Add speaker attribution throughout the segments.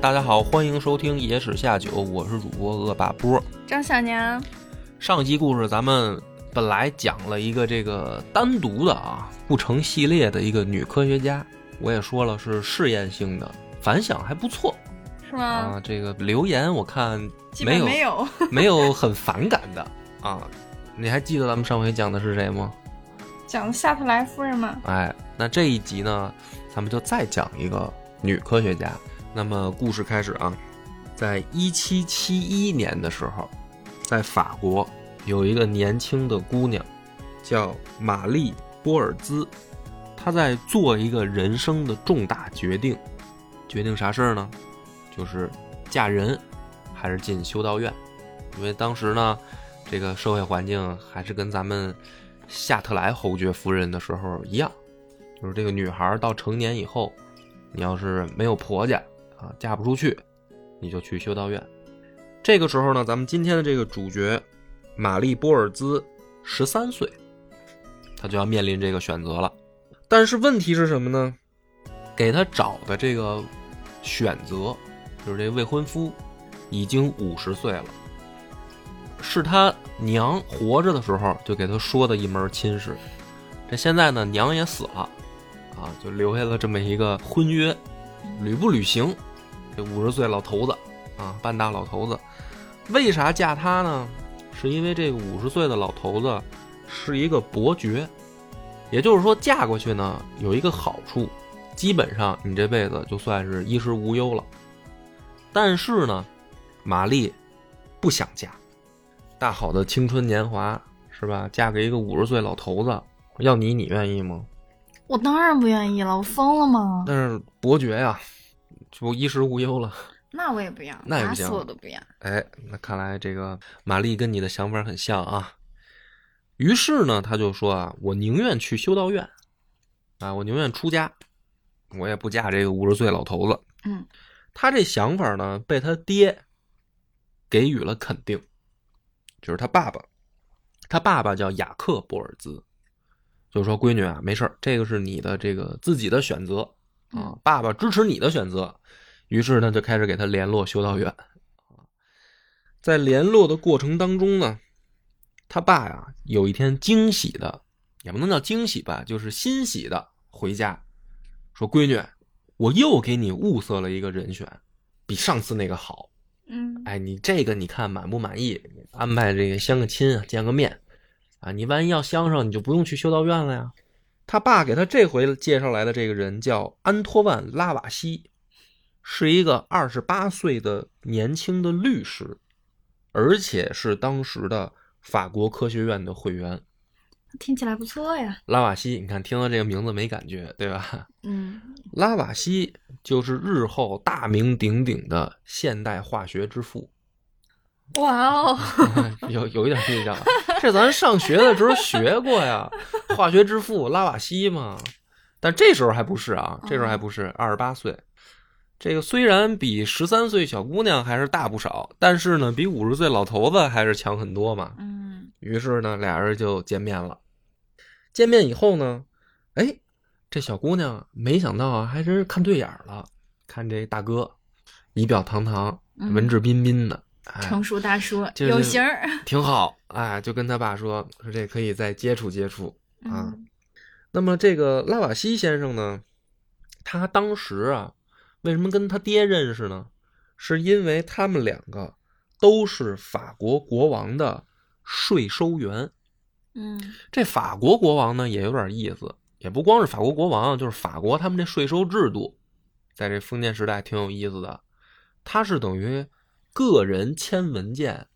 Speaker 1: 大家好，欢迎收听《野史下酒》，我是主播恶霸波。
Speaker 2: 张小娘，
Speaker 1: 上一集故事咱们本来讲了一个这个单独的啊，不成系列的一个女科学家，我也说了是试验性的，反响还不错
Speaker 2: 是吗？
Speaker 1: 啊。这个留言我看
Speaker 2: 基
Speaker 1: 没
Speaker 2: 本
Speaker 1: 有
Speaker 2: 没有，
Speaker 1: 没有很反感的 啊。你还记得咱们上回讲的是谁吗？
Speaker 2: 讲的夏特莱夫人嘛，
Speaker 1: 哎，那这一集呢，咱们就再讲一个女科学家。那么故事开始啊，在一七七一年的时候，在法国有一个年轻的姑娘叫玛丽·波尔兹，她在做一个人生的重大决定，决定啥事儿呢？就是嫁人还是进修道院，因为当时呢，这个社会环境还是跟咱们夏特莱侯爵夫人的时候一样，就是这个女孩到成年以后，你要是没有婆家啊，嫁不出去，你就去修道院。这个时候呢，咱们今天的这个主角玛丽波尔兹十三岁，她就要面临这个选择了。但是问题是什么呢？给她找的这个选择，就是这未婚夫，已经五十岁了。是他娘活着的时候就给他说的一门亲事，这现在呢娘也死了，啊，就留下了这么一个婚约，履不履行？这五十岁老头子啊，半大老头子，为啥嫁他呢？是因为这个五十岁的老头子是一个伯爵，也就是说嫁过去呢有一个好处，基本上你这辈子就算是衣食无忧了。但是呢，玛丽不想嫁。大好的青春年华，是吧？嫁给一个五十岁老头子，要你你愿意吗？
Speaker 2: 我当然不愿意了，我疯了吗？
Speaker 1: 但是伯爵呀、这不衣食无忧了。
Speaker 2: 那我也不要，
Speaker 1: 那也不
Speaker 2: 打
Speaker 1: 行
Speaker 2: 死我都不要。
Speaker 1: 哎，那看来这个玛丽跟你的想法很像啊。于是呢，他就说啊，我宁愿去修道院，啊，我宁愿出家，我也不嫁这个五十岁老头子。
Speaker 2: 嗯，
Speaker 1: 他这想法呢，被他爹给予了肯定，就是他爸爸，他爸爸叫雅克·博尔兹，就说闺女啊，没事儿，这个是你的这个自己的选择啊
Speaker 2: 嗯，
Speaker 1: 爸爸支持你的选择。于是呢，就开始给他联络修道院。在联络的过程当中呢，他爸呀有一天惊喜的，也不能叫惊喜吧，就是欣喜的回家，说闺女，我又给你物色了一个人选，比上次那个好。
Speaker 2: 嗯，
Speaker 1: 哎，你这个你看满不满意？安排这个相个亲啊，见个面啊，你万一要相上，你就不用去修道院了呀。他爸给他这回介绍来的这个人叫安托万·拉瓦西，是一个二十八岁的年轻的律师，而且是当时的法国科学院的会员。
Speaker 2: 听起来不错呀。
Speaker 1: 拉瓦西，你看听到这个名字没感觉对吧？
Speaker 2: 嗯，
Speaker 1: 拉瓦锡就是日后大名鼎鼎的现代化学之父，
Speaker 2: 哇哦，
Speaker 1: 有有一点印象，这咱上学的时候学过呀，化学之父拉瓦锡嘛。但这时候还不是啊，这时候还不是二十八岁。这个虽然比十三岁小姑娘还是大不少，但是呢，比五十岁老头子还是强很多嘛。
Speaker 2: 嗯，
Speaker 1: 于是呢，俩人就见面了。见面以后呢，哎，这小姑娘没想到啊，还真是看对眼儿了。看这大哥，仪表堂堂，
Speaker 2: 嗯
Speaker 1: 文质彬彬的，哎，
Speaker 2: 成熟大叔，
Speaker 1: 就是啊
Speaker 2: 有型儿。
Speaker 1: 挺好。哎，就跟他爸说，说这可以再接触接触。啊
Speaker 2: 嗯
Speaker 1: 那么这个拉瓦锡先生呢，他当时啊，为什么跟他爹认识呢？是因为他们两个都是法国国王的税收员。
Speaker 2: 嗯
Speaker 1: 这法国国王呢也有点意思，也不光是法国国王，啊就是法国他们这税收制度，在这封建时代挺有意思的。他是等于个人签文件，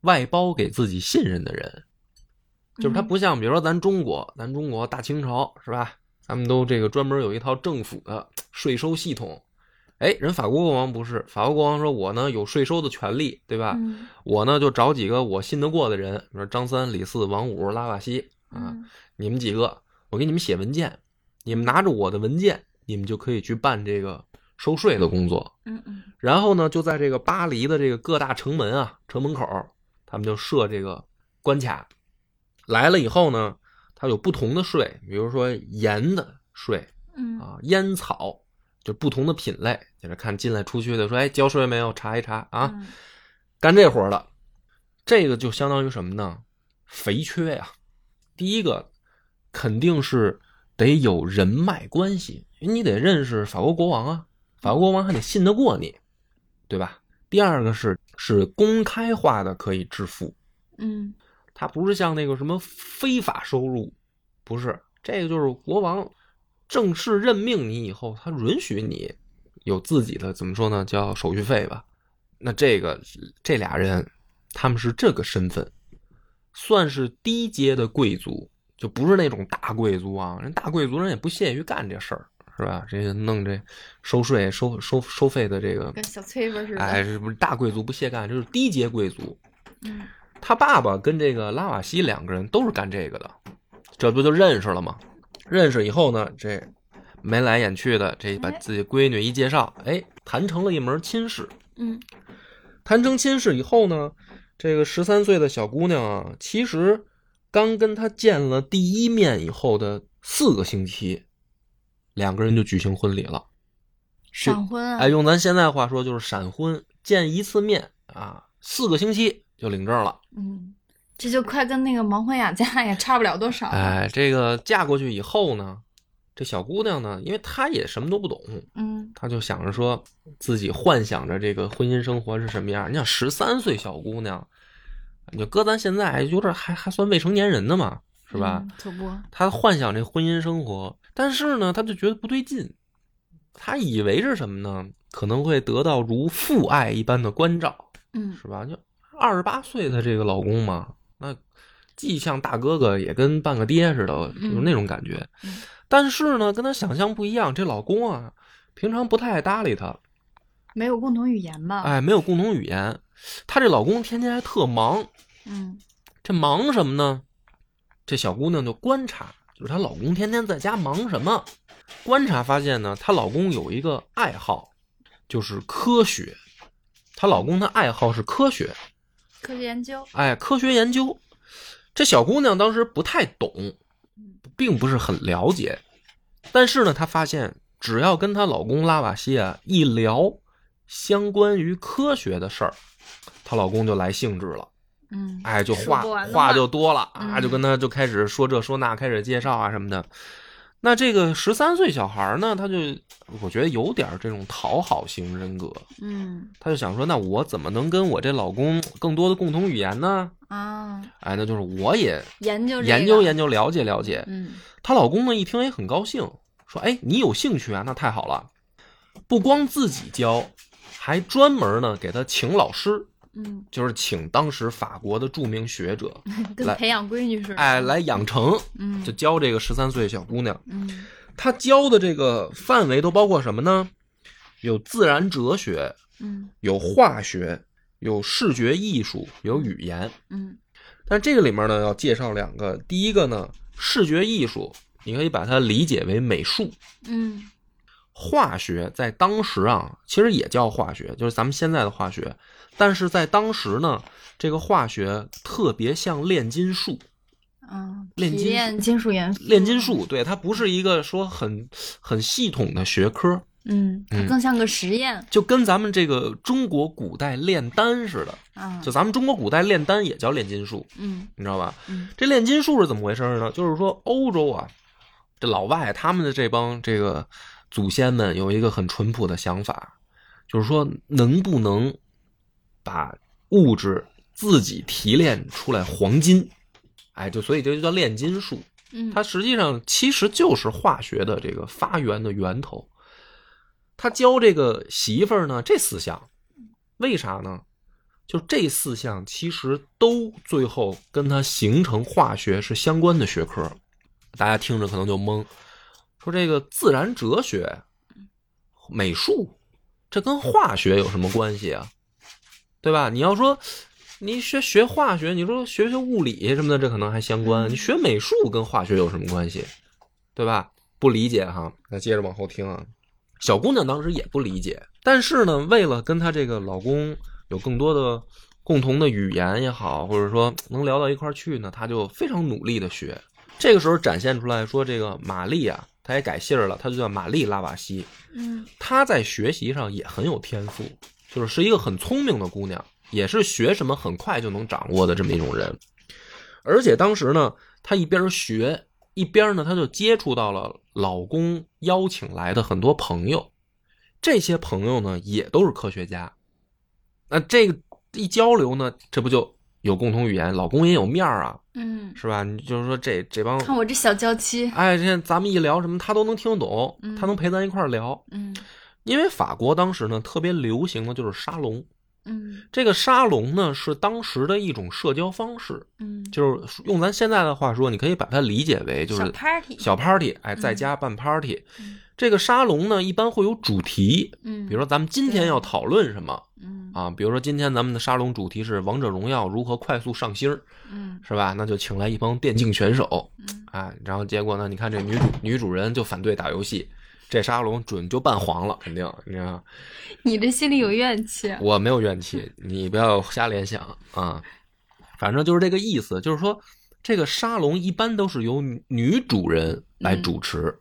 Speaker 1: 外包给自己信任的人， 就是他
Speaker 2: 嗯
Speaker 1: 不像比如说咱中国，咱中国大清朝是吧？咱们都这个专门有一套政府的税收系统。哎，人法国国王不是，法国国王说我呢有税收的权利，对吧？
Speaker 2: 嗯
Speaker 1: 我呢就找几个我信得过的人，比如说张三、李四、王五、拉瓦锡啊，
Speaker 2: 嗯
Speaker 1: 你们几个，我给你们写文件，你们拿着我的文件，你们就可以去办这个收税的工作。
Speaker 2: 嗯嗯
Speaker 1: 然后呢，就在这个巴黎的这个各大城门啊，城门口，他们就设这个关卡。来了以后呢，它有不同的税，比如说盐的税
Speaker 2: 嗯
Speaker 1: 啊，烟草，就不同的品类，就是看进来出去的说，哎，交税没有？查一查啊，
Speaker 2: 嗯
Speaker 1: 干这活儿的，这个就相当于什么呢？肥缺呀、第一个肯定是得有人脉关系，你得认识法国国王啊，法国国王还得信得过你，对吧？第二个是是公开化的可以致富，
Speaker 2: 嗯
Speaker 1: 它不是像那个什么非法收入，不是这个就是国王正式任命你以后，他允许你有自己的怎么说呢，叫手续费吧。那这个这俩人他们是这个身份，算是低阶的贵族，就不是那种大贵族啊。人大贵族人也不屑于干这事儿，是吧？这个弄这收税收收收费的这个，
Speaker 2: 跟小崔巴似的。
Speaker 1: 哎，是不是大贵族不屑干？就是低阶贵族，
Speaker 2: 嗯
Speaker 1: 他爸爸跟这个拉瓦锡两个人都是干这个的，这不就认识了吗？认识以后呢，这眉来眼去的，这把
Speaker 2: 哎
Speaker 1: 自己闺女一介绍，哎，谈成了一门亲事。
Speaker 2: 嗯
Speaker 1: 谈成亲事以后呢，这个十三岁的小姑娘啊，其实刚跟他见了第一面以后的四个星期，两个人就举行婚礼了。
Speaker 2: 闪婚啊。
Speaker 1: 哎，用咱现在话说就是闪婚，见一次面啊，四个星期就领证了。
Speaker 2: 嗯，这就快跟那个盲婚哑嫁也差不了多少。
Speaker 1: 哎，这个嫁过去以后呢，这小姑娘呢，因为她也什么都不懂，
Speaker 2: 嗯
Speaker 1: 她就想着说自己幻想着这个婚姻生活是什么样。你想，十三岁小姑娘，你就搁咱现在有点还还算未成年人呢嘛，是吧？
Speaker 2: 嗯可不，
Speaker 1: 她幻想这婚姻生活，但是呢，她就觉得不对劲，她以为是什么呢？可能会得到如父爱一般的关照，
Speaker 2: 嗯
Speaker 1: 是吧？就二十八岁的这个老公嘛，那既像大哥哥，也跟半个爹似的，就是那种感觉。
Speaker 2: 嗯
Speaker 1: 但是呢，跟他想象不一样，这老公啊，平常不太爱搭理她，
Speaker 2: 啊没有共同语言吧？
Speaker 1: 哎，没有共同语言。她这老公天天还特忙，
Speaker 2: 嗯
Speaker 1: 这忙什么呢？这小姑娘就观察，就是她老公天天在家忙什么？观察发现呢，她老公有一个爱好，就是科学。她老公的爱好是科学，
Speaker 2: 科学研究。
Speaker 1: 哎，科学研究。这小姑娘当时不太懂，并不是很了解，但是呢，她发现只要跟她老公拉瓦西啊一聊相关于科学的事儿，她老公就来兴致了，
Speaker 2: 嗯
Speaker 1: 哎，就
Speaker 2: 说
Speaker 1: 话
Speaker 2: 不完的
Speaker 1: 话
Speaker 2: 话
Speaker 1: 就多了啊，
Speaker 2: 嗯
Speaker 1: 就跟她就开始说这说那，开始介绍啊什么的。那这个十三岁小孩儿呢，他就我觉得有点儿这种讨好型人格，
Speaker 2: 嗯
Speaker 1: 他就想说，那我怎么能跟我这老公更多的共同语言呢？
Speaker 2: 啊，
Speaker 1: 哎，那就是我也
Speaker 2: 研究这个
Speaker 1: 研究。研究，了解了解。
Speaker 2: 嗯
Speaker 1: 她老公呢一听也哎很高兴，说：“哎，你有兴趣啊？那太好了！不光自己教，还专门呢给她请老师，
Speaker 2: 嗯，
Speaker 1: 就是请当时法国的著名学者，
Speaker 2: 跟
Speaker 1: 来
Speaker 2: 培养闺女似的。
Speaker 1: 哎，来养成，
Speaker 2: 嗯
Speaker 1: 就教这个十三岁小姑娘。
Speaker 2: 嗯
Speaker 1: 她教的这个范围都包括什么呢？有自然哲学，
Speaker 2: 嗯
Speaker 1: 有化学，有视觉艺术，有语言。
Speaker 2: 嗯
Speaker 1: 但这个里面呢，要介绍两个。第一个呢，视觉艺术，你可以把它理解为美术。
Speaker 2: 嗯
Speaker 1: 化学在当时啊，其实也叫化学，就是咱们现在的化学。但是在当时呢，这个化学特别像炼金术。
Speaker 2: 嗯，
Speaker 1: 炼金
Speaker 2: 提
Speaker 1: 术
Speaker 2: 炼金属元素。
Speaker 1: 炼金。术，对，它不是一个说很很系统的学科，
Speaker 2: 嗯，它
Speaker 1: 嗯
Speaker 2: 更像个实验。
Speaker 1: 就跟咱们这个中国古代炼丹似的。
Speaker 2: 啊
Speaker 1: 就。咱们中国古代炼丹也叫炼金术，
Speaker 2: 嗯
Speaker 1: 你知道吧？
Speaker 2: 嗯
Speaker 1: 这炼金术是怎么回事呢？就是说欧洲啊，这老外他们的这帮这个祖先们有一个很淳朴的想法，就是说能不能把物质自己提炼出来黄金？哎，就所以这就叫炼金术。
Speaker 2: 嗯，
Speaker 1: 它实际上其实就是化学的这个发源的源头。他教这个媳妇儿呢这四项，为啥呢？就这四项其实都最后跟它形成化学是相关的学科。大家听着可能就懵，说这个自然哲学、美术、这跟化学有什么关系啊？对吧？你要说你学学化学，你说学学物理什么的，这可能还相关。你学美术跟化学有什么关系？对吧？不理解哈。那接着往后听啊，小姑娘当时也不理解，但是呢，为了跟她这个老公有更多的共同的语言也好，或者说能聊到一块儿去呢，她就非常努力的学。这个时候展现出来说，这个玛丽啊，她也改姓儿了，她就叫玛丽拉瓦西。
Speaker 2: 嗯
Speaker 1: 她在学习上也很有天赋，就是是一个很聪明的姑娘，也是学什么很快就能掌握的这么一种人。而且当时呢，她一边学一边呢，她就接触到了老公邀请来的很多朋友，这些朋友呢也都是科学家。那这个一交流呢，这不就有共同语言？老公也有面儿啊，
Speaker 2: 嗯，
Speaker 1: 是吧？你就是说这这帮，
Speaker 2: 看我这小娇妻，
Speaker 1: 哎，这咱们一聊什么，他都能听得懂，
Speaker 2: 嗯
Speaker 1: 他能陪咱一块儿聊。
Speaker 2: 嗯
Speaker 1: 因为法国当时呢特别流行的就是沙龙，
Speaker 2: 嗯
Speaker 1: 这个沙龙呢是当时的一种社交方式，
Speaker 2: 嗯，
Speaker 1: 就是用咱现在的话说，你可以把它理解为就
Speaker 2: 小
Speaker 1: 是
Speaker 2: party，
Speaker 1: 小 party，哎，
Speaker 2: 嗯
Speaker 1: 在家办 party
Speaker 2: 嗯。
Speaker 1: 这个沙龙呢一般会有主题，
Speaker 2: 嗯，
Speaker 1: 比如说咱们今天要讨论什么
Speaker 2: 嗯
Speaker 1: 啊？比如说今天咱们的沙龙主题是王者荣耀如何快速上星儿，
Speaker 2: 嗯
Speaker 1: 是吧？那就请来一帮电竞选手，
Speaker 2: 嗯
Speaker 1: 哎，然后结果呢？你看这女主女主人就反对打游戏，这沙龙准就办黄了，肯定，你知道吗。
Speaker 2: 你这心里有怨气，啊
Speaker 1: 我没有怨气，你不要瞎联想啊。反正就是这个意思，就是说这个沙龙一般都是由女女主人来主持，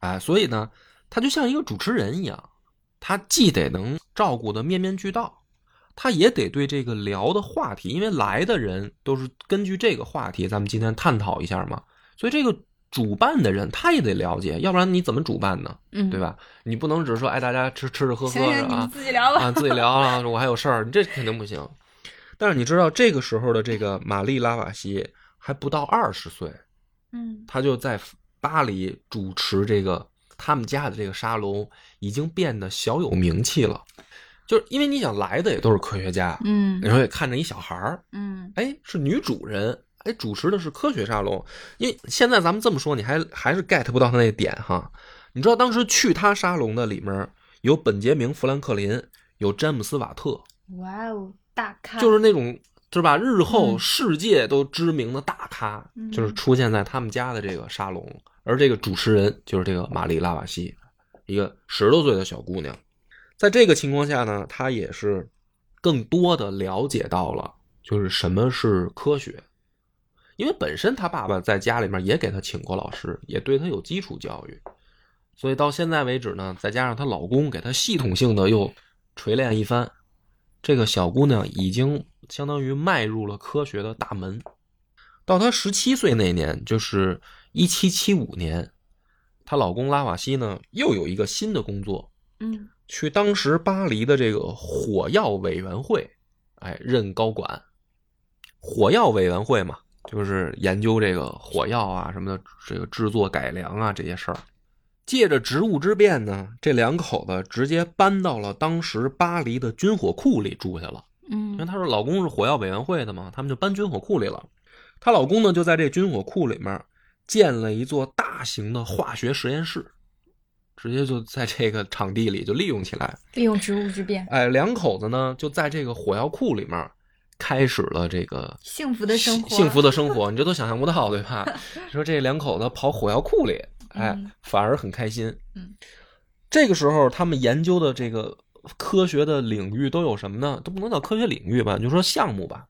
Speaker 1: 哎，所以呢，她就像一个主持人一样，她既得能照顾的面面俱到，她也得对这个聊的话题，因为来的人都是根据这个话题，咱们今天探讨一下嘛，所以这个主办的人他也得了解，要不然你怎么主办呢？
Speaker 2: 嗯，
Speaker 1: 对？吧？你不能只是说哎，大家吃吃吃喝喝
Speaker 2: 行
Speaker 1: 是
Speaker 2: 行，你
Speaker 1: 吧
Speaker 2: 们？自己聊吧。
Speaker 1: 啊，自己聊了，我还有事儿，你这肯定不行。但是你知道，这个时候的这个玛丽拉瓦西还不到二十岁，
Speaker 2: 嗯
Speaker 1: 她就在巴黎主持这个他们家的这个沙龙，已经变得小有名气了。就是因为你想来的也都是科学家，
Speaker 2: 嗯
Speaker 1: 然后也看着一小孩儿，
Speaker 2: 嗯
Speaker 1: 哎，是女主人，哎，主持的是科学沙龙。因为现在咱们这么说，你还还是 get 不到他那点哈。你知道当时去他沙龙的里面有本杰明·富兰克林，有詹姆斯·瓦特，
Speaker 2: 哇哦，大咖
Speaker 1: 就是那种是吧？日后
Speaker 2: 嗯
Speaker 1: 世界都知名的大咖，
Speaker 2: 嗯
Speaker 1: 就是出现在他们家的这个沙龙，而这个主持人就是这个玛丽·拉瓦西，一个十多岁的小姑娘。在这个情况下呢，她也是更多的了解到了就是什么是科学，因为本身她爸爸在家里面也给她请过老师，也对她有基础教育，所以到现在为止呢，再加上她老公给她系统性的又锤炼一番，这个小姑娘已经相当于迈入了科学的大门。到她十七岁那年，就是一七七五年，她老公拉瓦西呢又有一个新的工作，
Speaker 2: 嗯
Speaker 1: 去当时巴黎的这个火药委员会，哎，任高管。火药委员会嘛，就是研究这个火药啊什么的，这个制作改良啊这些事儿。借着职务之便呢，这两口子直接搬到了当时巴黎的军火库里住下了。因为
Speaker 2: 嗯
Speaker 1: 她说老公是火药委员会的嘛，他们就搬军火库里了。她老公呢就在这军火库里面建了一座大型的化学实验室，直接就在这个场地里就利用起来。
Speaker 2: 利用职务之便，
Speaker 1: 哎，两口子呢就在这个火药库里面开始了这个
Speaker 2: 幸福的生活，
Speaker 1: 幸福的生活，你这都想象不到，对吧？ 你说这两口子跑火药库里，哎
Speaker 2: 嗯，
Speaker 1: 反而很开心。
Speaker 2: 嗯，
Speaker 1: 这个时候他们研究的这个科学的领域都有什么呢？都不能叫科学领域吧，你就说项目吧。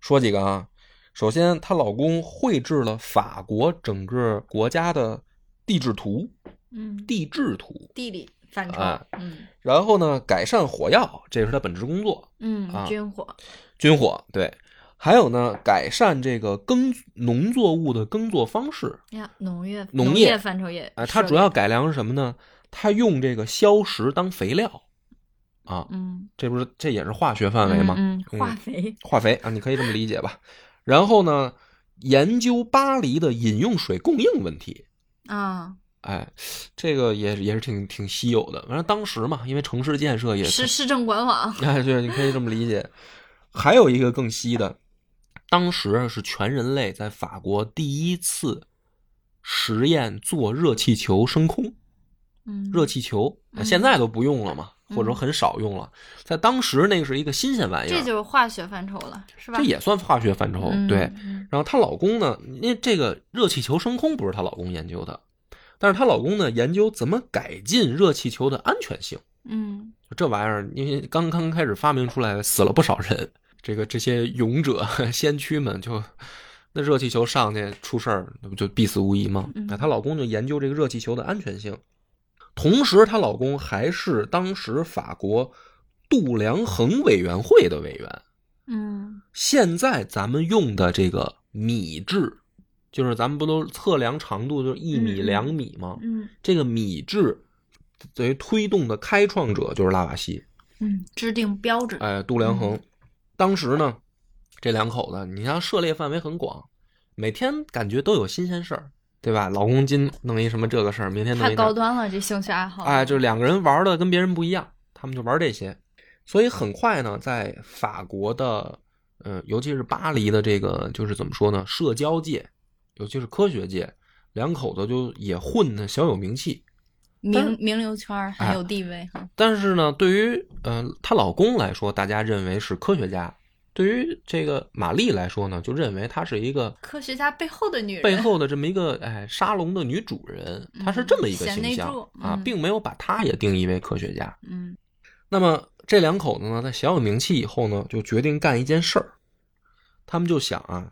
Speaker 1: 说几个啊，首先她老公绘制了法国整个国家的地质图，
Speaker 2: 嗯，
Speaker 1: 地质图。
Speaker 2: 地理反超
Speaker 1: 哎，
Speaker 2: 嗯
Speaker 1: 然后呢，改善火药，这是他本职工作。啊
Speaker 2: 嗯，军火，
Speaker 1: 军火对，还有呢，改善这个耕农作物的耕作方式。
Speaker 2: 呀，农业
Speaker 1: 农业
Speaker 2: 业范畴也
Speaker 1: 哎，它
Speaker 2: 涉
Speaker 1: 主
Speaker 2: 猎
Speaker 1: 要改良是什么呢？它用这个硝石当肥料啊，
Speaker 2: 嗯
Speaker 1: 这不是这也是化学范围吗？
Speaker 2: 嗯，
Speaker 1: 嗯
Speaker 2: 嗯化肥，
Speaker 1: 化肥啊，你可以这么理解吧。然后呢，研究巴黎的饮用水供应问题。
Speaker 2: 啊，
Speaker 1: 哎，这个也也是挺挺稀有的。反正当时嘛，因为城市建设也
Speaker 2: 市市政管网，
Speaker 1: 哎，对，你可以这么理解。还有一个更稀的，当时啊是全人类在法国第一次实验做热气球升空，
Speaker 2: 嗯，
Speaker 1: 热气球呃
Speaker 2: 嗯
Speaker 1: 现在都不用了嘛，或者很少用了。在当时那是一个新鲜玩意
Speaker 2: 这
Speaker 1: 儿，
Speaker 2: 就是化学范畴了，是吧？
Speaker 1: 这也算化学范畴。
Speaker 2: 嗯
Speaker 1: 对，，然后她老公呢，那这个热气球升空不是她老公研究的，但是她老公呢研究怎么改进热气球的安全性。
Speaker 2: 嗯
Speaker 1: 这玩意儿，因为刚刚开始发明出来，死了不少人。这个这些勇者 先驱们就，那热气球上去出事儿，那不就必死无疑吗
Speaker 2: 嗯？
Speaker 1: 那她老公就研究这个热气球的安全性，同时她老公还是当时法国度量衡委员会的委员。
Speaker 2: 嗯
Speaker 1: 现在咱们用的这个米制，就是咱们不都测量长度就是一米
Speaker 2: 嗯嗯
Speaker 1: 两米吗？
Speaker 2: 嗯
Speaker 1: 这个米制等于推动的开创者就是拉瓦锡，
Speaker 2: 嗯，制定标准，
Speaker 1: 哎，度量衡。当时呢，这两口子，你像涉猎范围很广，每天感觉都有新鲜事儿，对吧？老公今弄一什么这个事儿，明天弄一那
Speaker 2: 太高端了，这兴趣爱好。
Speaker 1: 哎，就两个人玩的跟别人不一样，他们就玩这些。所以很快呢，在法国的，呃，尤其是巴黎的这个，就是怎么说呢，社交界，尤其是科学界，两口子就也混的小有名气。嗯
Speaker 2: 名名流圈儿很
Speaker 1: 哎
Speaker 2: 有地位哈。
Speaker 1: 但是呢，对于呃她老公来说，大家认为是科学家；对于这个玛丽来说呢，就认为她是一个
Speaker 2: 科学家背后的女人，
Speaker 1: 背后的这么一个哎沙龙的女主人，她是这么一个
Speaker 2: 嗯贤内
Speaker 1: 形象
Speaker 2: 助
Speaker 1: 啊
Speaker 2: 嗯，
Speaker 1: 并没有把她也定义为科学家。
Speaker 2: 嗯
Speaker 1: 那么这两口子呢，在小有名气以后呢，就决定干一件事儿，他们就想啊，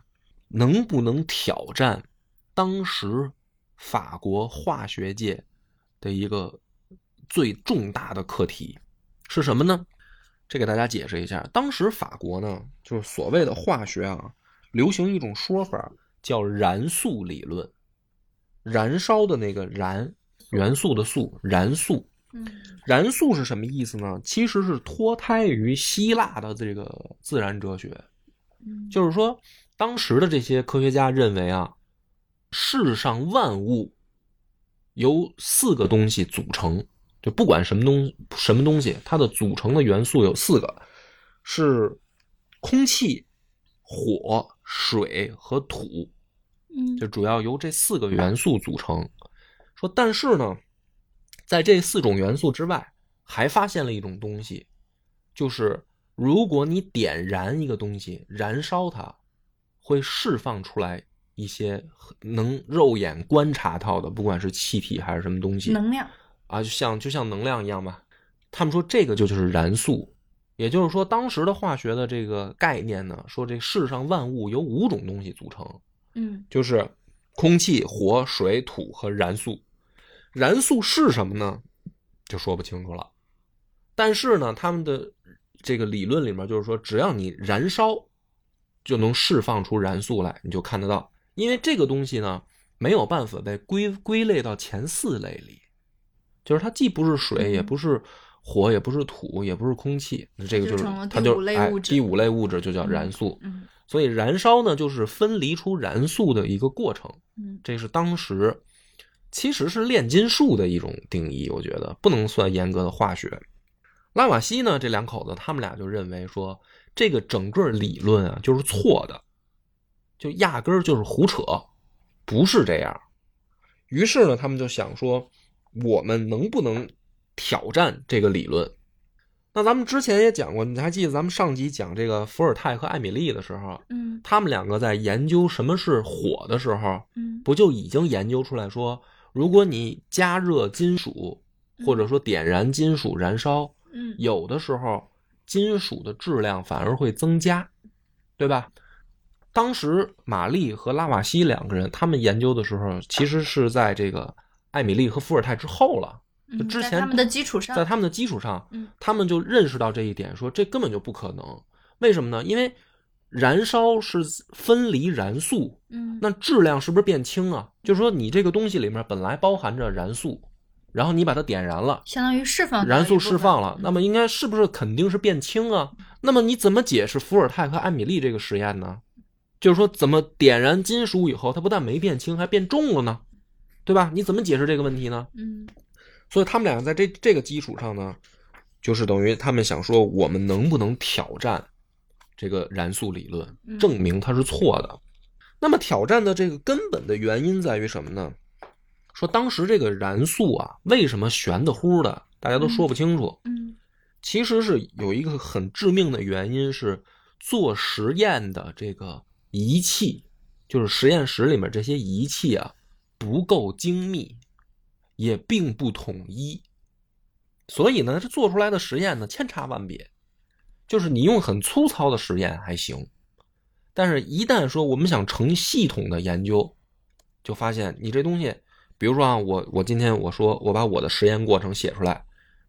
Speaker 1: 能不能挑战当时法国化学界的一个最重大的课题是什么呢？这给大家解释一下，当时法国呢，就是所谓的化学啊，流行一种说法叫燃素理论，燃烧的那个燃，元素的素，燃素。
Speaker 2: 嗯
Speaker 1: 燃素是什么意思呢？其实是脱胎于希腊的这个自然哲学，
Speaker 2: 嗯，
Speaker 1: 就是说，当时的这些科学家认为啊，世上万物由四个东西组成，就不管什么东什么东西，它的组成的元素有四个，是空气、火、水和土。
Speaker 2: 嗯
Speaker 1: 就主要由这四个元素组成。说，但是呢，在这四种元素之外，还发现了一种东西，就是如果你点燃一个东西，燃烧它，会释放出来一些能肉眼观察到的，不管是气体还是什么东西，
Speaker 2: 能量，
Speaker 1: 啊，就像就像能量一样嘛。他们说这个就就是燃素，也就是说，当时的化学的这个概念呢，说这世上万物由五种东西组成，
Speaker 2: 嗯
Speaker 1: 就是空气、火、水、土和燃素。燃素是什么呢？就说不清楚了。但是呢，他们的这个理论里面就是说，只要你燃烧，就能释放出燃素来，你就看得到。因为这个东西呢，没有办法被归归类到前四类里，就是它既不是水，
Speaker 2: 嗯
Speaker 1: 也不是火，也不是土，也不是空气，这个
Speaker 2: 就
Speaker 1: 就是
Speaker 2: 成了
Speaker 1: 它
Speaker 2: 第
Speaker 1: 就
Speaker 2: 五类
Speaker 1: 哎
Speaker 2: 物质
Speaker 1: 第五类物质就叫燃素。
Speaker 2: 嗯
Speaker 1: 所以燃烧呢，就是分离出燃素的一个过程。
Speaker 2: 嗯
Speaker 1: 这是当时其实是炼金术的一种定义，我觉得不能算严格的化学。拉瓦锡呢，这两口子他们俩就认为说，这个整个理论啊就是错的，就压根儿就是胡扯，不是这样。于是呢，他们就想说，我们能不能挑战这个理论？那咱们之前也讲过，你还记得咱们上集讲这个伏尔泰和艾米丽的时候，
Speaker 2: 嗯
Speaker 1: 他们两个在研究什么是火的时候，
Speaker 2: 嗯
Speaker 1: 不就已经研究出来说，如果你加热金属，或者说点燃金属燃烧，
Speaker 2: 嗯，
Speaker 1: 有的时候金属的质量反而会增加，对吧？当时玛丽和拉瓦锡两个人，他们研究的时候，其实是在这个艾米丽和伏尔泰之后了，
Speaker 2: 嗯
Speaker 1: 就之
Speaker 2: 在
Speaker 1: 前
Speaker 2: 他们的基础上
Speaker 1: 在，他们的基础上，
Speaker 2: 啊嗯
Speaker 1: 他们就认识到这一点，说这根本就不可能。为什么呢？因为燃烧是分离燃素，
Speaker 2: 嗯
Speaker 1: 那质量是不是变轻啊？就是说你这个东西里面本来包含着燃素，然后你把它点燃了，
Speaker 2: 相当于释放
Speaker 1: 燃素
Speaker 2: 嗯掉一部
Speaker 1: 释
Speaker 2: 分
Speaker 1: 放了，那么应该是不是肯定是变轻啊？那么你怎么解释伏尔泰和艾米丽这个实验呢？就是说，怎么点燃金属以后，它不但没变轻，还变重了呢？对吧？你怎么解释这个问题呢？
Speaker 2: 嗯
Speaker 1: 所以他们俩在这这个基础上呢，就是等于他们想说，我们能不能挑战这个燃素理论，
Speaker 2: 嗯
Speaker 1: 证明它是错的？那么挑战的这个根本的原因在于什么呢？说当时这个燃素啊，为什么悬的乎的，大家都说不清楚。
Speaker 2: 嗯
Speaker 1: 其实是有一个很致命的原因是做实验的这个仪器，就是实验室里面这些仪器啊不够精密，也并不统一，所以呢，这做出来的实验呢千差万别。就是你用很粗糙的实验还行，但是一旦说我们想成系统的研究，就发现你这东西，比如说啊，我我今天我说我把我的实验过程写出来，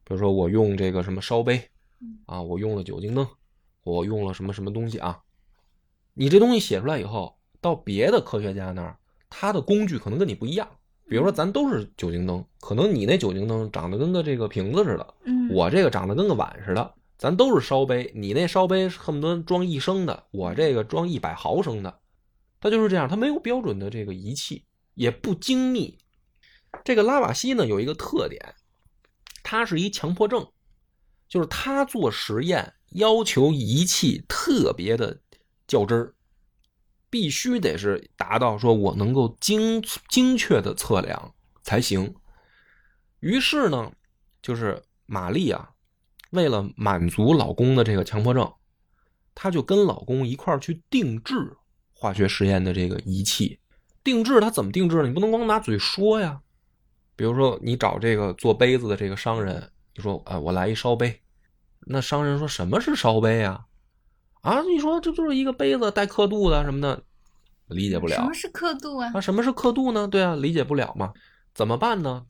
Speaker 1: 比如说我用这个什么烧杯，啊，我用了酒精灯，我用了什么什么东西啊，你这东西写出来以后，到别的科学家那儿，他的工具可能跟你不一样。比如说，咱都是酒精灯，可能你那酒精灯长得跟个这个瓶子似的，
Speaker 2: 嗯，
Speaker 1: 我这个长得跟个碗似的，咱都是烧杯，你那烧杯恨不得装一升的，我这个装一百毫升的，它就是这样，它没有标准的这个仪器，也不精密。这个拉瓦锡呢有一个特点，他是一强迫症，就是他做实验要求仪器特别的较真儿，必须得是达到说我能够精精确的测量才行。于是呢，就是玛丽啊，为了满足老公的这个强迫症，她就跟老公一块儿去定制化学实验的这个仪器。定制它怎么定制呢？你不能光拿嘴说呀。比如说，你找这个做杯子的这个商人，你说：“啊，我来一烧杯。”那商人说：“什么是烧杯啊？”啊，你说这就是一个杯子带刻度的什么的，理解不了。
Speaker 2: 什么是刻度啊？
Speaker 1: 啊，什么是刻度呢？对啊，理解不了嘛，怎么办呢？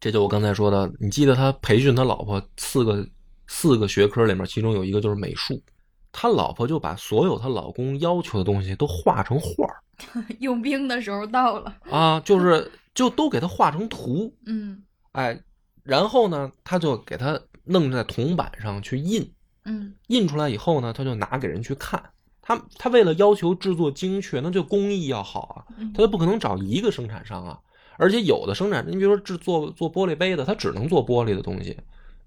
Speaker 1: 这就我刚才说的，你记得他培训他老婆四个四个学科里面，其中有一个就是美术，他老婆就把所有她老公要求的东西都画成画儿
Speaker 2: 用兵的时候到了，
Speaker 1: 啊，就是就都给他画成图，
Speaker 2: 嗯
Speaker 1: 哎，然后呢，他就给他弄在铜板上去印，
Speaker 2: 嗯
Speaker 1: 印出来以后呢，他就拿给人去看。他他为了要求制作精确，那就工艺要好啊，
Speaker 2: 嗯
Speaker 1: 他就不可能找一个生产商啊。而且有的生产，你比如说制做做玻璃杯的，他只能做玻璃的东西。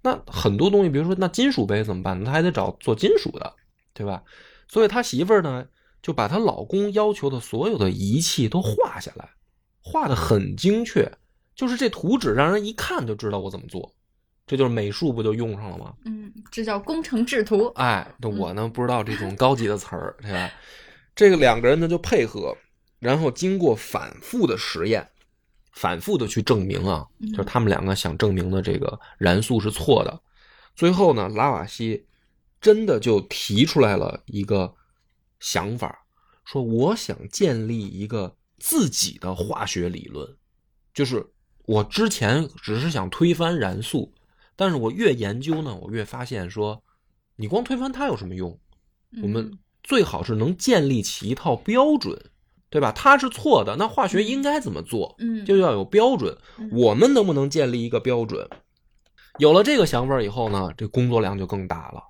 Speaker 1: 那很多东西，比如说那金属杯怎么办？他还得找做金属的，对吧？所以他媳妇儿呢，就把她老公要求的所有的仪器都画下来，画的很精确，就是这图纸让人一看就知道我怎么做。这就是美术不就用上了吗？
Speaker 2: 嗯，这叫工程制图。
Speaker 1: 哎，那我呢不知道这种高级的词儿，对吧？这个两个人呢就配合，然后经过反复的实验，反复的去证明啊，
Speaker 2: 嗯
Speaker 1: 就是他们两个想证明的这个燃素是错的。最后呢，拉瓦锡真的就提出来了一个想法，说我想建立一个自己的化学理论，就是我之前只是想推翻燃素，但是我越研究呢，我越发现说，你光推翻它有什么用？
Speaker 2: 嗯
Speaker 1: 我们最好是能建立起一套标准，对吧？它是错的，那化学应该怎么做？
Speaker 2: 嗯
Speaker 1: 就要有标准
Speaker 2: 嗯。
Speaker 1: 我们能不能建立一个标准？有了这个想法以后呢，这工作量就更大了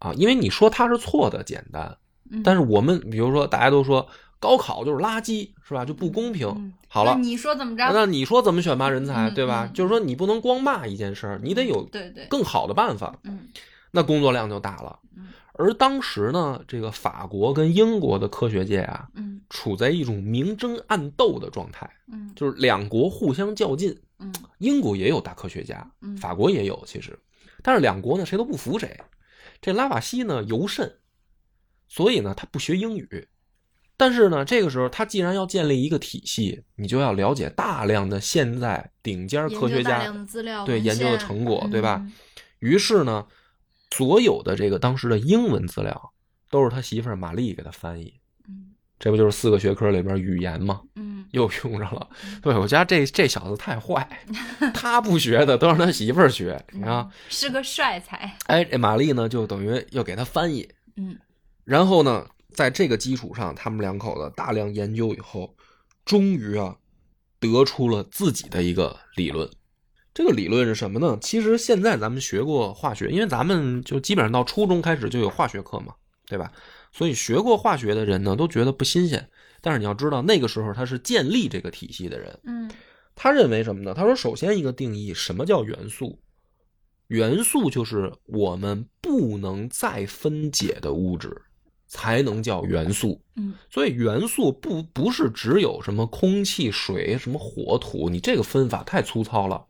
Speaker 1: 啊！因为你说它是错的简单，
Speaker 2: 嗯，
Speaker 1: 但
Speaker 2: 是
Speaker 1: 是我们比如说大家都说高考就是垃圾，是吧？就不公平。好了，
Speaker 2: 嗯你说怎么着？
Speaker 1: 那你说怎么选拔人才，
Speaker 2: 嗯
Speaker 1: 对吧？
Speaker 2: 嗯
Speaker 1: 就是说你不能光骂一件事儿，你得有
Speaker 2: 对对，
Speaker 1: 更好的办法，
Speaker 2: 嗯
Speaker 1: 那工作量就大了
Speaker 2: 嗯。
Speaker 1: 而当时呢，这个法国跟英国的科学界啊，
Speaker 2: 嗯
Speaker 1: 处在一种明争暗斗的状态，
Speaker 2: 嗯
Speaker 1: 就是两国互相较劲。
Speaker 2: 嗯
Speaker 1: 英国也有大科学家，
Speaker 2: 嗯，
Speaker 1: 法国也有，其实，但是两国呢谁都不服谁。这拉瓦锡呢尤甚，所以呢他不学英语，但是呢这个时候他既然要建立一个体系，你就要了解大量的现在顶尖儿科学
Speaker 2: 研究大
Speaker 1: 家
Speaker 2: 量的资料
Speaker 1: 对
Speaker 2: 哦文
Speaker 1: 研究的
Speaker 2: 献
Speaker 1: 成果，对吧
Speaker 2: 嗯？
Speaker 1: 于是呢，所有的这个当时的英文资料都是他媳妇儿玛丽给他翻译，
Speaker 2: 嗯
Speaker 1: 这不就是四个学科里边语言吗？
Speaker 2: 嗯
Speaker 1: 又用上了。对我家这这小子太坏， 他不学的都让他媳妇儿学。你
Speaker 2: 嗯，
Speaker 1: 看，
Speaker 2: 是个帅才。
Speaker 1: 哎，这玛丽呢就等于又给他翻译，
Speaker 2: 嗯
Speaker 1: 然后呢，在这个基础上，他们两口子大量研究以后，终于啊，得出了自己的一个理论。这个理论是什么呢？其实现在咱们学过化学，因为咱们就基本上到初中开始就有化学课嘛，对吧？所以学过化学的人呢，都觉得不新鲜。但是你要知道，那个时候他是建立这个体系的人，
Speaker 2: 嗯
Speaker 1: 他认为什么呢？他说，首先一个定义，什么叫元素？元素就是我们不能再分解的物质，才能叫元素。
Speaker 2: 嗯
Speaker 1: 所以元素不不是只有什么空气、水、什么火、土，你这个分法太粗糙了。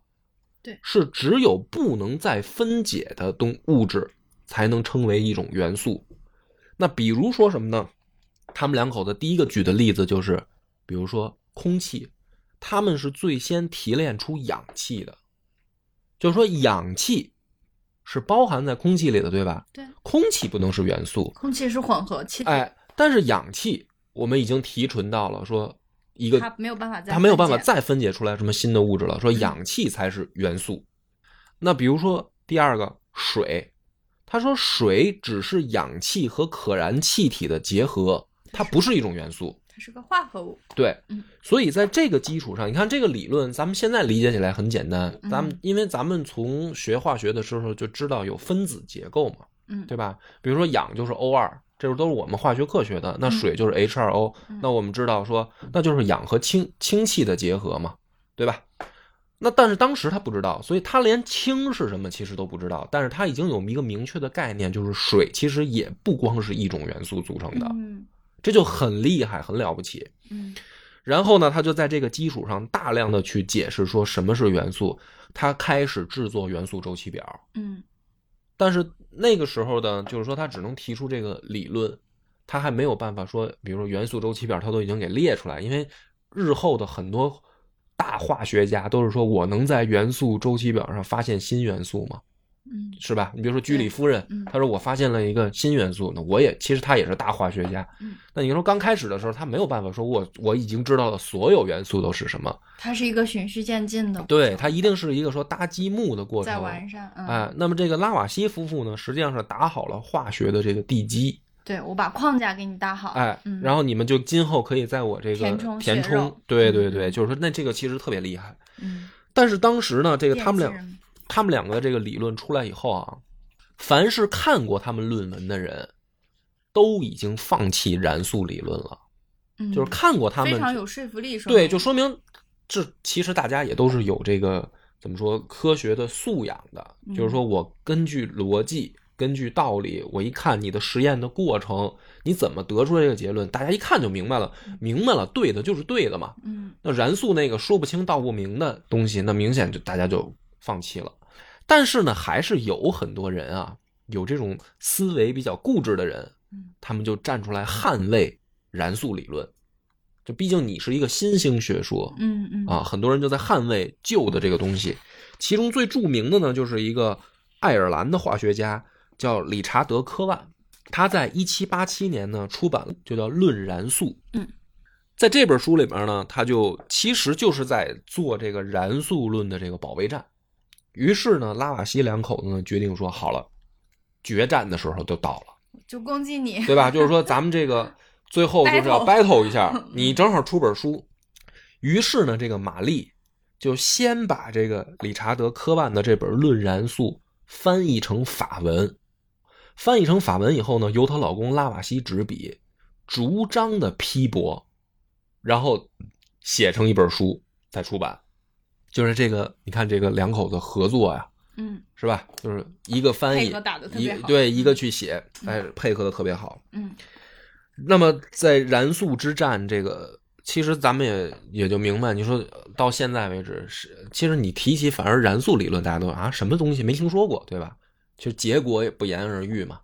Speaker 2: 对，
Speaker 1: 是只有不能再分解的东物质才能称为一种元素。那比如说什么呢？他们两口子第一个举的例子就是，比如说空气，他们是最先提炼出氧气的，就是说氧气是包含在空气里的，对吧？
Speaker 2: 对，
Speaker 1: 空气不能是元素，
Speaker 2: 空气是混合 气体，
Speaker 1: 哎，但是氧气我们已经提纯到了说一个
Speaker 2: 它没有办法再
Speaker 1: 它没有办法
Speaker 2: 分解嗯
Speaker 1: 再分解出来什么新的物质了，说氧气才是元素。那比如说第二个水，他说水只是氧气和可燃气体的结合，它不是一种元素。
Speaker 2: 它是个化合物。
Speaker 1: 对
Speaker 2: 嗯，
Speaker 1: 所以在这个基础上，你看这个理论，咱们现在理解起来很简单。咱们
Speaker 2: 嗯
Speaker 1: 因为咱们从学化学的时候就知道有分子结构嘛，
Speaker 2: 嗯，
Speaker 1: 对吧？比如说氧就是 O 二，这都是我们化学课学的。那水就是 H 二 O，、
Speaker 2: 嗯
Speaker 1: 那我们知道说，那就是氧和氢氢气的结合嘛，对吧？那但是当时他不知道，所以他连氢是什么其实都不知道。但是他已经有一个明确的概念，就是水其实也不光是一种元素组成的，
Speaker 2: 嗯
Speaker 1: 这就很厉害，很了不起。
Speaker 2: 嗯
Speaker 1: 然后呢，他就在这个基础上大量的去解释说什么是元素，他开始制作元素周期表。
Speaker 2: 嗯
Speaker 1: 但是那个时候呢，就是说他只能提出这个理论，他还没有办法说，比如说元素周期表，他都已经给列出来，因为日后的很多大化学家都是说我能在元素周期表上发现新元素嘛，
Speaker 2: 嗯
Speaker 1: 是吧？你比如说居里夫人
Speaker 2: 嗯，
Speaker 1: 她说我发现了一个新元素，那我也其实她也是大化学家
Speaker 2: 嗯，
Speaker 1: 那你说刚开始的时候，她没有办法说我我已经知道了所有元素都是什么，
Speaker 2: 它是一个循序渐进的，
Speaker 1: 对，她一定是一个说搭积木的过程，
Speaker 2: 在完善。嗯，
Speaker 1: 哎，那么这个拉瓦锡夫妇呢，实际上是打好了化学的这个地基，
Speaker 2: 对我把框架给你搭好。
Speaker 1: 哎，
Speaker 2: 嗯，
Speaker 1: 然后你们就今后可以在我这个
Speaker 2: 填充
Speaker 1: 填
Speaker 2: 血
Speaker 1: 充
Speaker 2: 肉，
Speaker 1: 对对对，就是说，那这个其实特别厉害。
Speaker 2: 嗯，
Speaker 1: 但是当时呢，这个
Speaker 2: 电
Speaker 1: 他们
Speaker 2: 子
Speaker 1: 两
Speaker 2: 人
Speaker 1: 他们两个这个理论出来以后啊，凡是看过他们论文的人，都已经放弃燃素理论了，
Speaker 2: 嗯
Speaker 1: 就是看过他们
Speaker 2: 非常有说服力，说
Speaker 1: 对，
Speaker 2: 明
Speaker 1: 就说明这其实大家也都是有这个怎么说科学的素养的，
Speaker 2: 嗯
Speaker 1: 就是说我根据逻辑。根据道理，我一看你的实验的过程，你怎么得出这个结论？大家一看就明白了，明白了，对的就是对的嘛。
Speaker 2: 嗯
Speaker 1: 那燃素那个说不清道不明的东西，那明显就大家就放弃了。但是呢，还是有很多人啊，有这种思维比较固执的人
Speaker 2: 嗯，
Speaker 1: 他们就站出来捍卫燃素理论。就毕竟你是一个新兴学说
Speaker 2: 嗯嗯
Speaker 1: 啊，很多人就在捍卫旧的这个东西。其中最著名的呢，就是一个爱尔兰的化学家叫理查德·科万，他在一七八七年呢出版了就叫《论燃素》。
Speaker 2: 嗯，
Speaker 1: 在这本书里边呢，他就其实就是在做这个燃素论的这个保卫战。于是呢，拉瓦锡两口子呢决定说，好了，决战的时候就到了。
Speaker 2: 就攻 击 你，
Speaker 1: 对吧？就是说咱们这个最后就是要 battle 一 下，你正好出本书。于是呢，这个玛丽就先把这个理查德·科万的这本《论燃素》翻译成法文，翻译成法文以后呢，由她老公拉瓦锡执笔，逐章的批驳，然后写成一本书再出版。就是这个，你看这个两口子合作呀、
Speaker 2: 嗯
Speaker 1: 是吧？就是一个翻译，
Speaker 2: 配合打得特
Speaker 1: 一
Speaker 2: 别好
Speaker 1: 对
Speaker 2: 嗯
Speaker 1: 一个去写，
Speaker 2: 嗯
Speaker 1: 哎，配合的特别好。
Speaker 2: 嗯
Speaker 1: 那么在燃素之战这个，其实咱们也也就明白，你说呃到现在为止是，其实你提起反而燃素理论，大家都啊什么东西没听说过，对吧？其实结果也不言而喻嘛。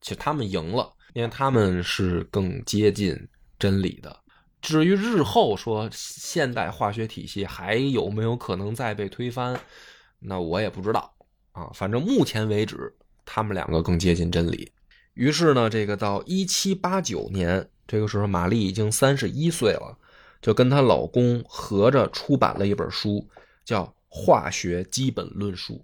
Speaker 1: 其实他们赢了，因为他们是更接近真理的。至于日后说现代化学体系还有没有可能再被推翻，那我也不知道啊。反正目前为止，他们两个更接近真理。于是呢，这个到一七八九年，这个时候玛丽已经三十一岁了，就跟她老公合着出版了一本书，叫《化学基本论述》，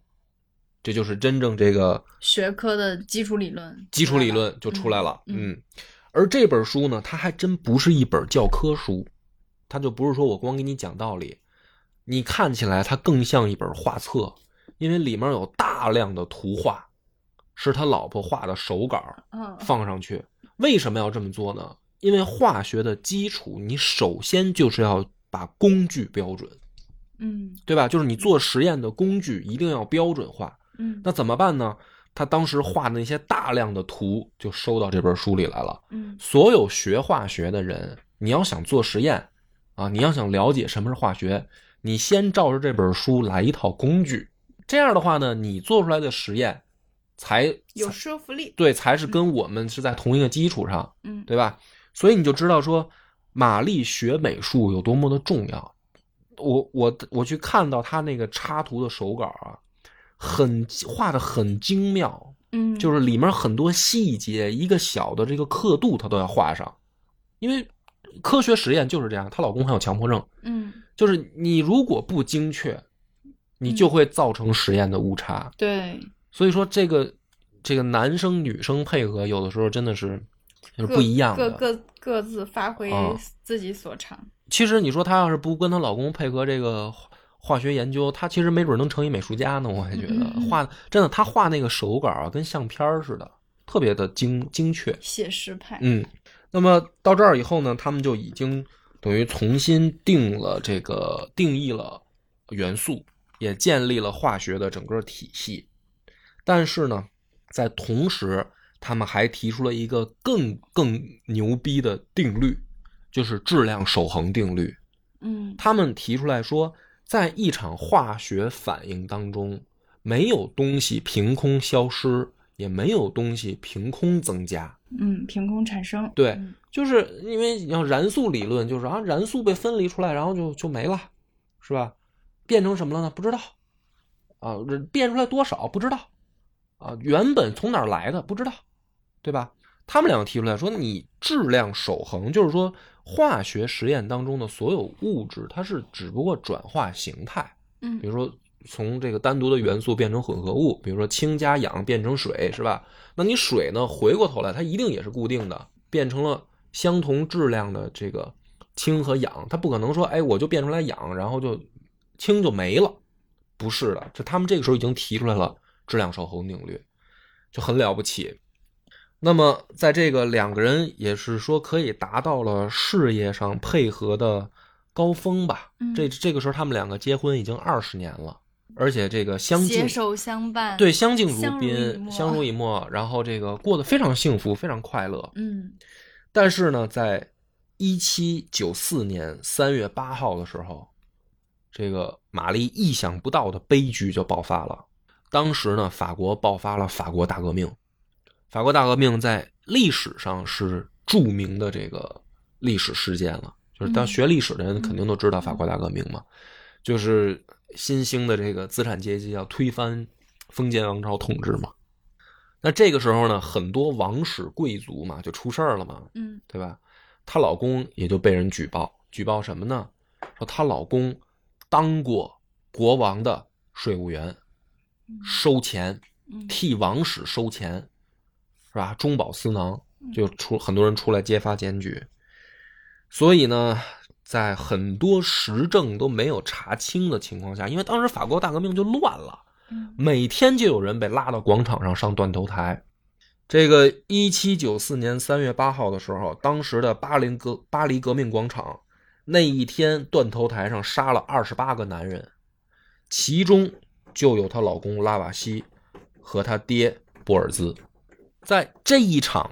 Speaker 1: 这就是真正这个
Speaker 2: 学科的基础理论，
Speaker 1: 基础理论就出来了。
Speaker 2: 嗯
Speaker 1: 嗯，而这本书呢，它还真不是一本教科书，它就不是说我光给你讲道理，你看起来它更像一本画册，因为里面有大量的图画，是他老婆画的手稿。
Speaker 2: 嗯
Speaker 1: 放上去。为什么要这么做呢？因为化学的基础，你首先就是要把工具标准，
Speaker 2: 嗯
Speaker 1: 对吧？就是你做实验的工具一定要标准化。
Speaker 2: 嗯
Speaker 1: 那怎么办呢？他当时画的那些大量的图就收到这本书里来了。
Speaker 2: 嗯
Speaker 1: 所有学化学的人，你要想做实验啊，你要想了解什么是化学，你先照着这本书来一套工具，这样的话呢，你做出来的实验才
Speaker 2: 有说服力。
Speaker 1: 对，才是跟我们是在同一个基础上，
Speaker 2: 嗯
Speaker 1: 对吧？所以你就知道说，玛丽学美术有多么的重要。我我我去看到他那个插图的手稿啊，很画的很精妙，
Speaker 2: 嗯，
Speaker 1: 就是是里面很多细节，一个小的这个刻度他都要画上，因为科学实验就是这样。她老公还有强迫症，
Speaker 2: 嗯，
Speaker 1: 就是你如果不精确，你
Speaker 2: 嗯
Speaker 1: 就会造成实验的误差。
Speaker 2: 对，
Speaker 1: 所以说这个这个男生女生配合，有的时候真的是就是不一样
Speaker 2: 各
Speaker 1: 的。
Speaker 2: 各各各自发挥
Speaker 1: 嗯
Speaker 2: 自己所长。
Speaker 1: 其实你说她要是不跟她老公配合这个化化学研究，她其实没准能成一美术家呢。我还觉得
Speaker 2: 嗯嗯嗯
Speaker 1: 画真的，她画那个手稿啊，跟相片儿似的，特别的精精确。
Speaker 2: 写实派，
Speaker 1: 嗯，那么到这儿以后呢，他们就已经等于重新定了这个定义了元素，也建立了化学的整个体系。但是呢，在同时，他们还提出了一个更更牛逼的定律，就是质量守恒定律。
Speaker 2: 嗯
Speaker 1: 他们提出来说，在一场化学反应当中，没有东西凭空消失，也没有东西凭空增加。
Speaker 2: 嗯，凭空产生，
Speaker 1: 对
Speaker 2: 嗯
Speaker 1: 就是因为你要燃素理论，就是啊，燃素被分离出来，然后就就没了，是吧？变成什么了呢？不知道啊，变出来多少不知道啊，原本从哪儿来的不知道，对吧？他们两个提出来说，你质量守恒，就是说化学实验当中的所有物质，它是只不过转化形态，比
Speaker 2: 嗯
Speaker 1: 如说从这个单独的元素变成混合物，比如说氢加氧变成水，是吧？那你水呢，回过头来它一定也是固定的，变成了相同质量的这个氢和氧，它不可能说，哎，我就变出来氧，然后就氢就没了，不是的，这他们这个时候已经提出来了质量守恒定律，就很了不起。那么，在这个两个人也是说可以达到了事业上配合的高峰吧。
Speaker 2: 嗯
Speaker 1: 这这个时候他们两个结婚已经二十年了，而且这个相
Speaker 2: 携
Speaker 1: 敬
Speaker 2: 手相伴，
Speaker 1: 对，相敬如
Speaker 2: 相濡以
Speaker 1: 宾，
Speaker 2: 沫
Speaker 1: 相濡以沫，然后这个过得非常幸福，非常快乐。
Speaker 2: 嗯
Speaker 1: 但是呢，在一七九四年三月八号的时候，这个玛丽意想不到的悲剧就爆发了。当时呢，法国爆发了法国大革命。法国大革命在历史上是著名的这个历史事件了，就是当
Speaker 2: 嗯
Speaker 1: 学历史的人肯定都知道法国大革命嘛，就是新兴的这个资产阶级要推翻封建王朝统治嘛。那这个时候呢，很多王室贵族嘛就出事儿了嘛，
Speaker 2: 嗯
Speaker 1: 对吧？她老公也就被人举报，举报什么呢？说她老公当过国王的税务员，
Speaker 2: 嗯
Speaker 1: 收钱，
Speaker 2: 嗯
Speaker 1: 替王室收钱，是吧？中饱私囊，
Speaker 2: 嗯
Speaker 1: 就出很多人出来揭发检举。所以呢，在很多实证都没有查清的情况下，因为当时法国大革命就乱了。
Speaker 2: 嗯
Speaker 1: 每天就有人被拉到广场上上断头台。这个一七九四年三月八号的时候，当时的巴林革巴黎革命广场那一天断头台上杀了二十八个男人，其中就有她老公拉瓦锡和她爹博尔兹。在这一场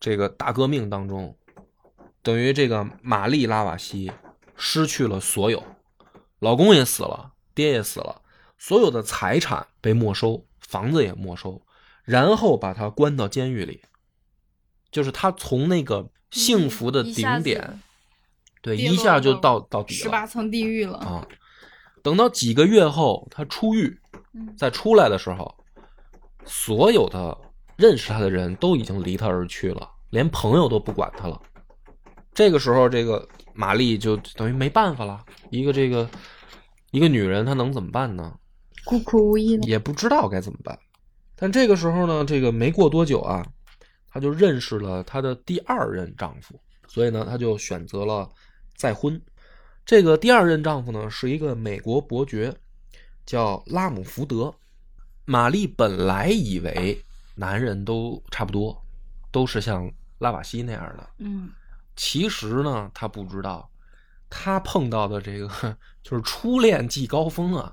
Speaker 1: 这个大革命当中，等于这个玛丽拉瓦锡失去了所有，老公也死了，爹也死了，所有的财产被没收，房子也没收，然后把他关到监狱里。就是他从那个幸福的
Speaker 2: 嗯一下
Speaker 1: 顶
Speaker 2: 子
Speaker 1: 点，对，
Speaker 2: 跌
Speaker 1: 一
Speaker 2: 落
Speaker 1: 下就
Speaker 2: 到
Speaker 1: 到到底
Speaker 2: 十
Speaker 1: 了
Speaker 2: 八层地狱了，
Speaker 1: 啊。等到几个月后，他出狱，
Speaker 2: 嗯
Speaker 1: 再出来的时候，所有的认识他的人都已经离他而去了，连朋友都不管他了。这个时候，这个玛丽就等于没办法了。一个这个一个女人，她能怎么办呢？
Speaker 2: 孤苦无依了，
Speaker 1: 也不知道该怎么办。但这个时候呢，这个没过多久啊，她就认识了她的第二任丈夫，所以呢，她就选择了再婚。这个第二任丈夫呢，是一个美国伯爵，叫拉姆福德。玛丽本来以为男人都差不多，都是像拉瓦锡那样的，
Speaker 2: 嗯
Speaker 1: 其实呢，她不知道，她碰到的这个就是初恋即高峰啊。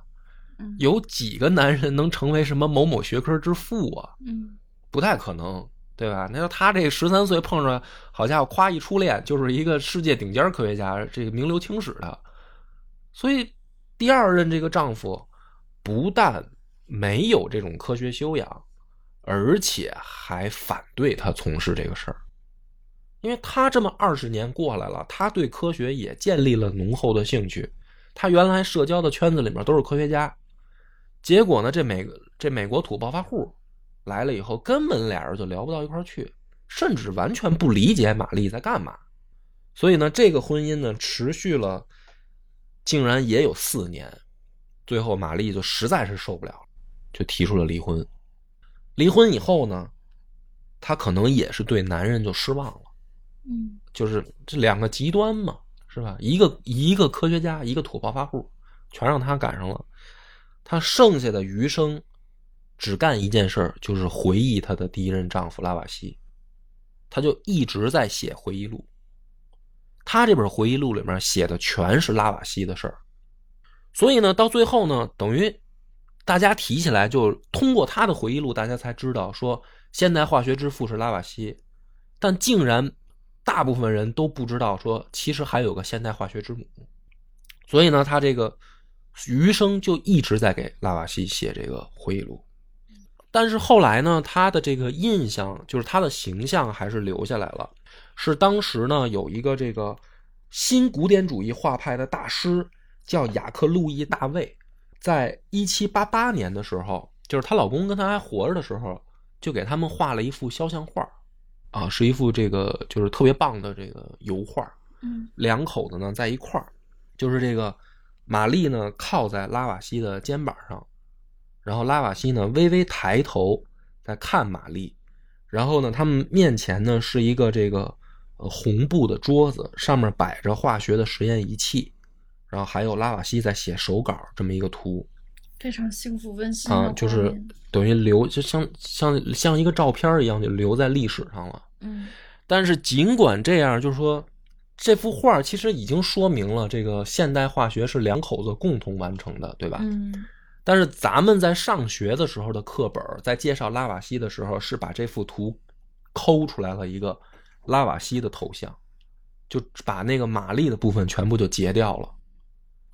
Speaker 2: 嗯
Speaker 1: 有几个男人能成为什么某某学科之父啊？
Speaker 2: 嗯
Speaker 1: 不太可能，对吧？那要他这十三岁碰上，好家伙，夸一初恋就是一个世界顶尖科学家，这个名留青史的。所以，第二任这个丈夫不但没有这种科学修养，而且还反对他从事这个事儿，因为他这么二十年过来了，他对科学也建立了浓厚的兴趣。他原来社交的圈子里面都是科学家，结果呢，这美这美国土暴发户来了以后，根本俩人就聊不到一块儿去，甚至完全不理解玛丽在干嘛。所以呢，这个婚姻呢持续了，竟然也有四年，最后玛丽就实在是受不了了，就提出了离婚。离婚以后呢，她可能也是对男人就失望了，
Speaker 2: 嗯
Speaker 1: 就是这两个极端嘛，是吧？一个一个科学家，一个土暴发户，全让她赶上了。她剩下的余生只干一件事儿，就是回忆她的第一任丈夫拉瓦西。她就一直在写回忆录。她这本回忆录里面写的全是拉瓦西的事儿，所以呢，到最后呢，等于大家提起来，就通过她的回忆录，大家才知道说现代化学之父是拉瓦西，但竟然大部分人都不知道说，其实还有个现代化学之母。所以呢，她这个余生就一直在给拉瓦西写这个回忆录。但是后来呢，她的这个印象，就是她的形象还是留下来了。是当时呢有一个这个新古典主义画派的大师叫雅克路易大卫，在一七八八年的时候，就是她老公跟她还活着的时候，就给他们画了一幅肖像画，啊，是一幅这个就是特别棒的这个油画，
Speaker 2: 嗯
Speaker 1: 两口子呢在一块儿，就是这个玛丽呢靠在拉瓦西的肩膀上，然后拉瓦西呢微微抬头在看玛丽，然后呢他们面前呢是一个这个呃红布的桌子，上面摆着化学的实验仪器，然后还有拉瓦西在写手稿这么一个图，
Speaker 2: 非常幸福温馨的
Speaker 1: 啊，就
Speaker 2: 画
Speaker 1: 是
Speaker 2: 面
Speaker 1: 等于留就像像像一个照片儿一样就留在历史上了。
Speaker 2: 嗯
Speaker 1: 但是尽管这样，就是说这幅画其实已经说明了这个现代化学是两口子共同完成的，对吧？
Speaker 2: 嗯
Speaker 1: 但是咱们在上学的时候的课本儿在介绍拉瓦西的时候，是把这幅图抠出来了一个拉瓦西的头像，就把那个玛丽的部分全部就截掉了。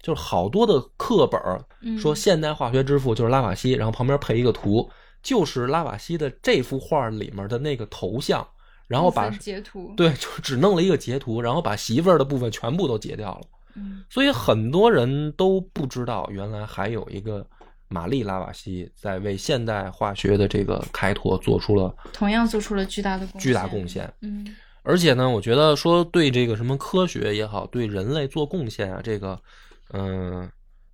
Speaker 1: 就是好多的课本儿
Speaker 2: 嗯
Speaker 1: 说现代化学之父就是拉瓦西，然后旁边配一个图，就是拉瓦西的这幅画里面的那个头像，然后把
Speaker 2: 部分截图
Speaker 1: 对，就只弄了一个截图，然后把媳妇儿的部分全部都截掉了。
Speaker 2: 嗯
Speaker 1: 所以很多人都不知道，原来还有一个玛丽拉瓦西在为现代化学的这个开拓做出了
Speaker 2: 同样做出了巨大的贡
Speaker 1: 巨大贡献。
Speaker 2: 嗯
Speaker 1: 而且呢，我觉得说对这个什么科学也好，对人类做贡献啊，这个，嗯、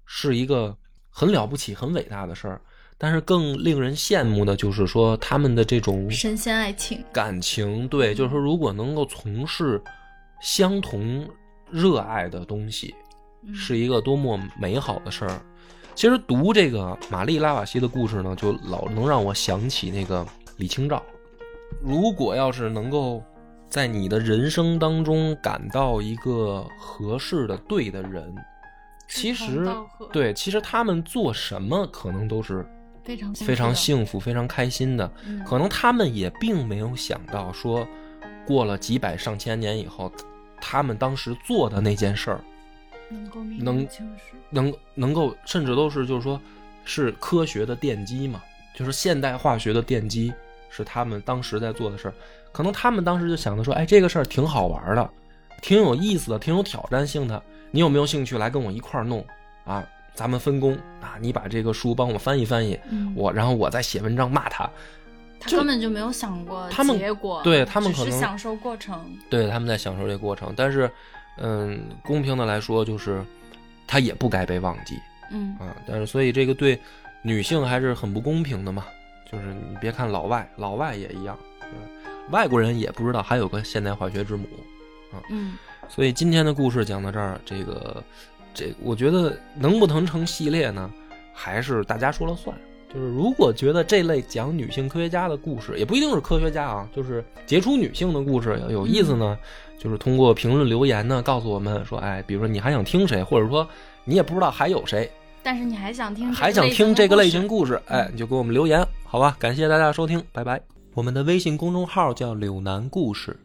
Speaker 1: 是一个很了不起、很伟大的事儿。但是更令人羡慕的就是说，他们的这种
Speaker 2: 神仙爱情
Speaker 1: 感情，对，就是说，
Speaker 2: 嗯
Speaker 1: 如果能够从事相同热爱的东西，
Speaker 2: 嗯
Speaker 1: 是一个多么美好的事儿。其实读这个玛丽拉瓦西的故事呢，就老能让我想起那个李清照。如果要是能够在你的人生当中感到一个合适的对的人，其
Speaker 2: 志同
Speaker 1: 实
Speaker 2: 道合
Speaker 1: 对，其实他们做什么可能都是
Speaker 2: 非常
Speaker 1: 非常幸福、非常开心的。
Speaker 2: 嗯
Speaker 1: 可能他们也并没有想到说，过了几百上千年以后，他们当时做的那件事儿，
Speaker 2: 能够名
Speaker 1: 能
Speaker 2: 留青史
Speaker 1: 能能够甚至都是就是说是科学的奠基嘛，就是现代化学的奠基是他们当时在做的事儿。可能他们当时就想的说，哎，这个事儿挺好玩儿的，挺有意思的，挺有挑战性的，你有没有兴趣来跟我一块儿弄啊？咱们分工啊，你把这个书帮我翻译翻译，
Speaker 2: 嗯
Speaker 1: 我然后我再写文章骂他。
Speaker 2: 他
Speaker 1: 就
Speaker 2: 根本就没有想过
Speaker 1: 他们
Speaker 2: 结果，
Speaker 1: 对他们
Speaker 2: 只
Speaker 1: 可
Speaker 2: 是
Speaker 1: 能
Speaker 2: 享受过程。
Speaker 1: 对，他们在享受这个过程，但是，嗯，公平的来说，就是他也不该被忘记
Speaker 2: 嗯
Speaker 1: 啊。但是，所以这个对女性还是很不公平的嘛。就是你别看老外，老外也一样，就是外国人也不知道还有个现代化学之母。
Speaker 2: 嗯，
Speaker 1: 所以今天的故事讲到这儿，这个这我觉得能不能成系列呢，还是大家说了算。就是如果觉得这类讲女性科学家的故事，也不一定是科学家啊，就是杰出女性的故事有意思呢，就是通过评论留言呢告诉我们说，哎，比如说你还想听谁，或者说你也不知道还有谁，
Speaker 2: 但是你还想听，
Speaker 1: 还想听这个类型故事，
Speaker 2: 嗯
Speaker 1: 哎，你就给我们留言，好吧？感谢大家的收听，拜拜。我们的微信公众号叫“柳南故事”，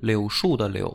Speaker 1: 柳树的柳，